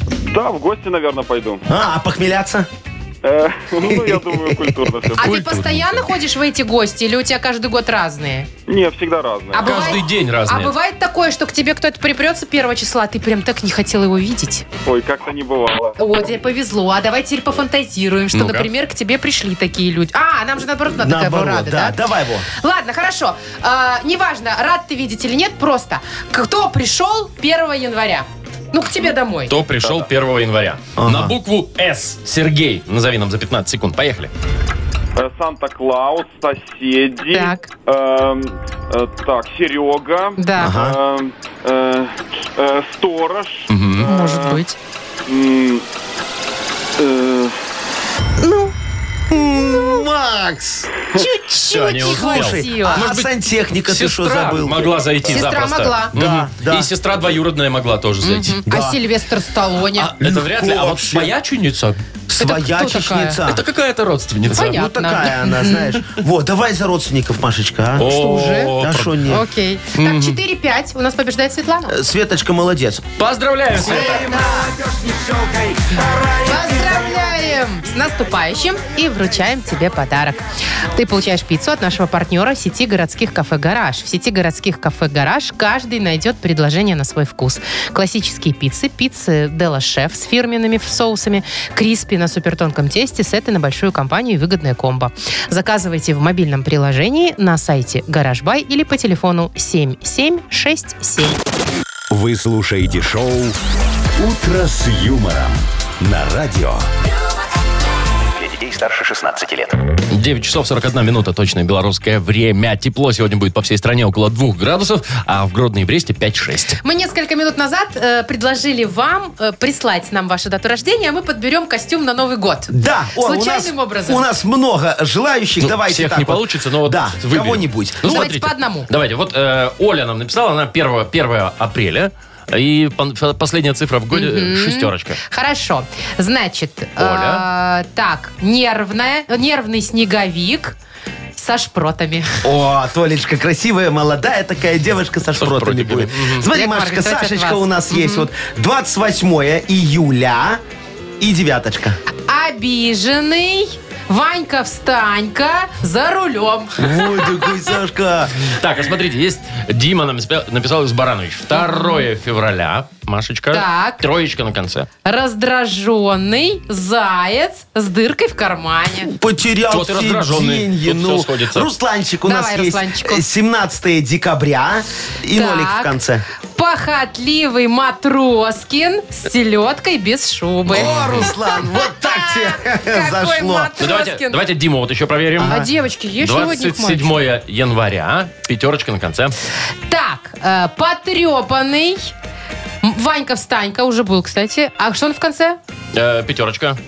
А Да, в гости, наверное, пойду. а, а похмеляться? Э, Ну, я думаю, культурно все. А ты постоянно ходишь в эти гости или у тебя каждый год разные? Не, всегда разные. А бывает- Каждый день разные. А бывает такое, что к тебе кто-то припрется первого числа, а ты прям так не хотел его видеть? Ой, как-то не бывало. Вот, тебе повезло. А давай теперь пофантазируем, что, Ну-ка. например, к тебе пришли такие люди. А, нам же наоборот надо как бы рады, да? Давай его. Ладно, хорошо. А, неважно, рад ты видеть или нет, просто кто пришел 1 января? Ну, к тебе домой. Кто пришел 1 января? На букву С. Сергей, назови нам за 15 секунд. Поехали. Э, Санта-Клаус, соседи. Так. эм, э, Так, Серега. Да, эм, э, э, Сторож. может быть. м, э, Макс! Все, не успел. Хватило. А Может быть, сантехника ты что Сестра забыл? могла зайти Сестра запросто. могла. Мгм. Да, да. И сестра двоюродная могла тоже зайти. А Сильвестр Сталлоне? А, это вряд ли. А вот вообще. своя чуница, Своя кто такая? чечница. это какая-то родственница. Понятно. Ну такая она, знаешь. Вот, давай за родственников, Машечка, а? О, Что, уже? Да про- шо не? Окей. Так, 4-5. У нас побеждает Светлана. Э, Светочка молодец. Поздравляю, Света. Поздравляем с наступающим и вручаем тебе подарок. Ты получаешь пиццу от нашего партнера сети городских кафе «Гараж». В сети городских кафе «Гараж» каждый найдет предложение на свой вкус. Классические пиццы, пиццы «Делла Шеф» с фирменными соусами, криспи на супертонком тесте, сеты на большую компанию и выгодное комбо. Заказывайте в мобильном приложении на сайте «Гаражбай» или по телефону 7767. Вы слушаете шоу «Утро с юмором» на радио. Для детей старше 16 лет. 9 часов 41 минута, точное белорусское время. Тепло сегодня будет по всей стране около 2 градусов, а в Гродно и Бресте 5-6. Мы несколько минут назад э, предложили вам э, прислать нам вашу дату рождения, а мы подберем костюм на Новый год. Да, о, у нас- Случайным образом. У нас много желающих. Ну, Давайте всех так не вот. получится, но вот Да, выберем. кого-нибудь. Ну, Давайте смотрите. по одному. Давайте, вот э, Оля нам написала, она 1, 1 апреля, и пон- ф- последняя цифра в годе э, шестерочка. Хорошо. Значит, э, Оля. так, нервная, нервный снеговик со шпротами. Ну, О, Толечка красивая, молодая такая девушка со шпротами шпротиками. будет. Смотри, Яков Машечка, Маркович, давайте от Сашечка вас. у нас есть вот 28 июля и девяточка. Обиженный Ванька Встанька за рулем. Ой, такой Сашка. Так, а смотрите, есть Дима нам спя- написал из Баранович. 2 февраля, Машечка, Так. троечка на конце. Раздраженный заяц с дыркой в кармане. Потерял Чё ты все раздраженный? деньги. Ну, Тут всё сходится. Русланчик у Давай нас Русланчику. есть 17 декабря и Так. нолик в конце. Похотливый Матроскин с селедкой без шубы. О, Руслан, вот так тебе Какой зашло. Ну, давайте, Матроскин. давайте Диму вот еще проверим. А девочки, есть сегодня 27 мальчик? января, пятерочка на конце. Так, э, потрепанный. М, Ванька Встанька уже был, кстати. А что он в конце? Э, пятерочка,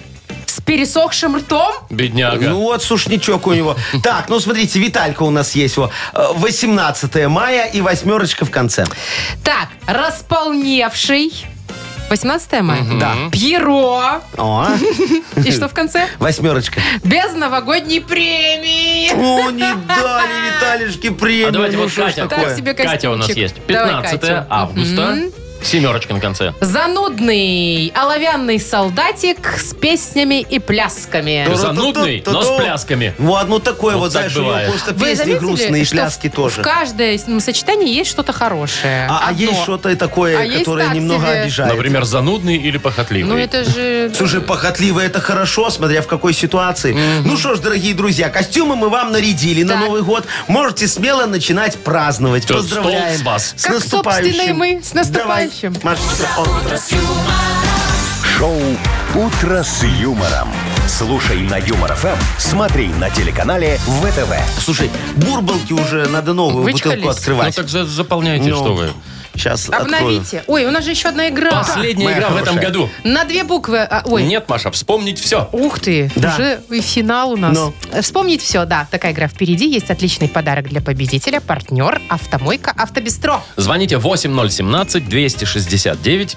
С пересохшим ртом? бедняга. Ну вот сушничок у него. Так, ну смотрите, Виталька у нас есть. во, э, 18 мая и восьмерочка в конце. Так, располневший. 18 мая? Да. Пьеро. О, а? И что в конце? восьмерочка. Без новогодней премии. О, не дали Виталишке премию. а давайте ну вот что ж Катя. такое? Так себе Катя у нас есть. костюмчик. 15 Давай, Катя. августа, Мгм. семерочка на конце. Занудный оловянный солдатик с песнями и плясками. Здорово. Занудный, но с плясками. Ну, Вот, ну такое Вот вот, так знаешь, у него бывает. просто Вы песни заметили, грустные, и что пляски в- тоже. В каждое м, сочетании есть что-то хорошее. А, а Одно. есть что-то и А такое, есть которое так немного себе. обижает. Например, занудный или похотливый. Ну это же... Слушай, похотливый это хорошо, смотря в какой ситуации. Ну что ж, дорогие друзья, костюмы мы вам нарядили Так. на Новый год. Можете смело начинать праздновать. Всё, Поздравляем стол с вас. С Как, наступающим. собственно, и мы. С наступающим. Давай, Машечка, о. Шоу «Утро с юмором». Слушай на Юмор ФМ, смотри на телеканале ВТВ. Слушай, бурбалки уже надо новую Вычкались. бутылку Ну открывать. так за- заполняйте, Ну. что вы. Сейчас Обновите. Ой, у нас же еще одна игра. Последняя моя игра в этом хорошая. году. На две буквы. а, ой. Нет, Маша, вспомнить все. Ух ты, Да. уже и финал у нас. Ну. Э, Вспомнить все, да, такая игра впереди. Есть отличный подарок для победителя. Партнер «Автомойка Автобестро». Звоните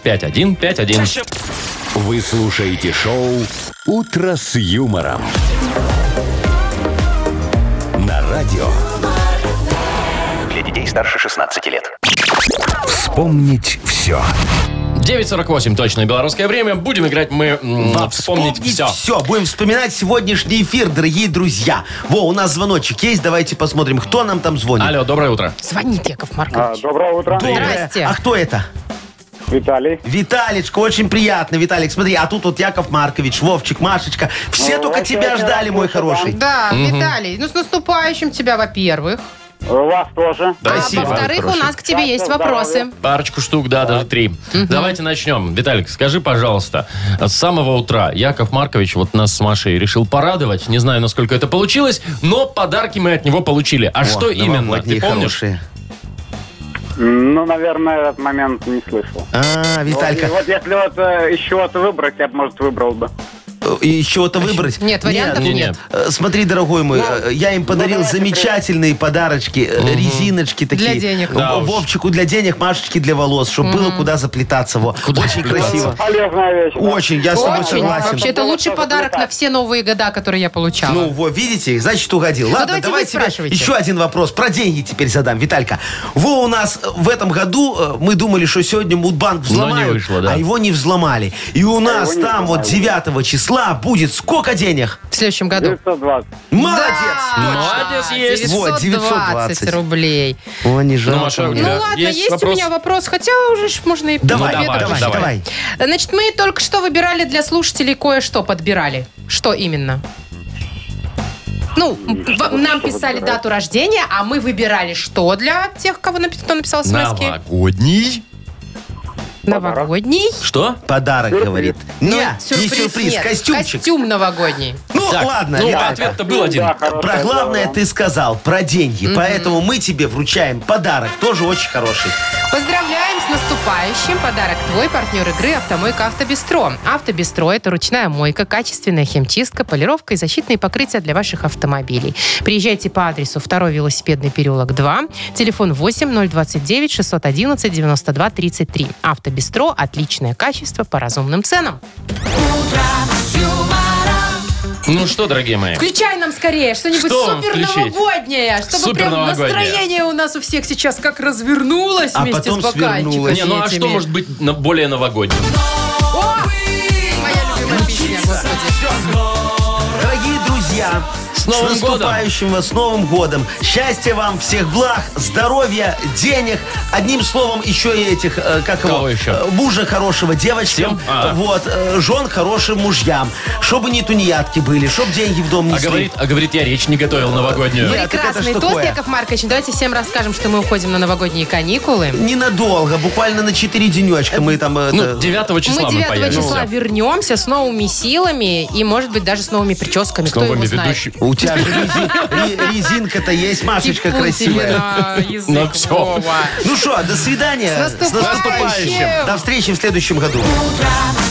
8017-269-5151. Вы слушаете шоу «Утро с юмором». На радио Для детей старше 16 лет. «Вспомнить все». 9.48 точное белорусское время. Будем играть мы м, Да, Ну, вспомнить вспомнить все. Все, будем вспоминать сегодняшний эфир, дорогие друзья. Во, у нас звоночек есть, давайте посмотрим, кто нам там звонит. Алло, доброе утро. Звоните, Яков Маркович. А, Доброе утро, Доброе. здрасте. А кто это? Виталий. Виталечка, очень приятно. Виталик, смотри, а тут вот Яков Маркович, Вовчик, Машечка. Все только тебя ждали, мой хороший. Да, Виталий, ну с наступающим тебя, во-первых. Вас тоже. а во-вторых, у нас к тебе есть вопросы. Парочку штук, да, даже три. Давайте начнем. Виталик, скажи, пожалуйста, с самого утра Яков Маркович вот нас с Машей решил порадовать. Не знаю, насколько это получилось, но подарки мы от него получили. А О, что именно, ты новогодние помнишь? хорошие. Ну, наверное, этот момент не слышал. А, И Виталька, вот если вот э, еще вот выбрать, я бы, может, выбрал бы. э, и чего-то выбрать? Нет, вариантов Не, нет. не. Э, Смотри, дорогой мой, э, я им подарил замечательные подарочки, э, резиночки такие. Для денег. В- Да уж. Вовчику для денег, Машечке для волос, чтобы было куда заплетаться. во. Очень красиво. Полезная вещь. да. Очень, я с тобой Очень. согласен. Вообще, это Было лучший тоже подарок плетать. на все новые года, которые я получала. Ну, вот, видите, значит, угодил. Ладно, Ну, давайте вы давайте спрашивайте. еще один вопрос. Про деньги теперь задам, Виталька. Во, у нас э, в этом году э, мы думали, что сегодня Мудбанк взломают, не вышло, да. а его не взломали. И у нас его не там вот 9 числа будет сколько денег? В следующем году. 920. Молодец! Да, Молодец, есть. Вот, 920 920. рублей. О, не Ну, Маша, у мне. Ну тебя ладно, есть, есть у вопрос? меня вопрос, хотя уже ж можно и Давай, Ну, давай, давай, давай, давай. Значит, мы только что выбирали для слушателей кое-что подбирали. Что именно? Ну, в- нам писали дату рождения, а мы выбирали что для тех, кого напи- кто написал смс Новогодний? Новогодний. Что? Подарок, говорит. Не, не Ну, сюрприз, Ну, нет. костюмчик. Костюм новогодний. Ну, Так, ладно, ну, Виталька. ответ-то был один. Да, хорошая Про главное программа. ты сказал, про деньги. Поэтому мы тебе вручаем подарок, тоже очень хороший. Поздравляем с наступающим! Подарок твой, партнер игры «Автомойка Автобестро». «Автобестро» — это ручная мойка, качественная химчистка, полировка и защитные покрытия для ваших автомобилей. Приезжайте по адресу 2 велосипедный переулок 2, телефон 8 029 611 92 33. «Автобестро» — отличное качество по разумным ценам. Ну что, дорогие мои, Включай нам скорее что-нибудь Что вам супер включить? новогоднее, чтобы Супер прям новогоднее. настроение у нас у всех сейчас как развернулось А вместе потом с бокальчиками. свернулось. не, ну а этими. что может быть на- более новогодним? А О! Моя любимая песня, господи. Дорогие друзья, с, Новым наступающим вас, с Новым годом! Счастья вам, всех благ, здоровья, денег. Одним словом, еще и этих, э, как Кого его, еще? э, мужа хорошего девочкам, Всем? А. вот, э, жен хорошим мужьям, чтобы не тунеядки были, чтобы деньги в дом не А говорит, а говорит, я речь не готовил новогоднюю. Нет, так это Прекрасный ж тост, такое. Яков Маркович. Давайте всем расскажем, что мы уходим на новогодние каникулы. Ненадолго, буквально на 4 денечка мы там... э, Ну, это, 9 числа мы мы, 9 поедем. числа вернемся с новыми силами и, может быть, даже с новыми прическами. С Кто новыми его знает? Типа ведущими. У тебя же резин- ре- резинка-то есть, Машечка Типун тебе красивая. на язык, На всё. Вова. Ну что, до свидания. С наступающим. До встречи в следующем году. утро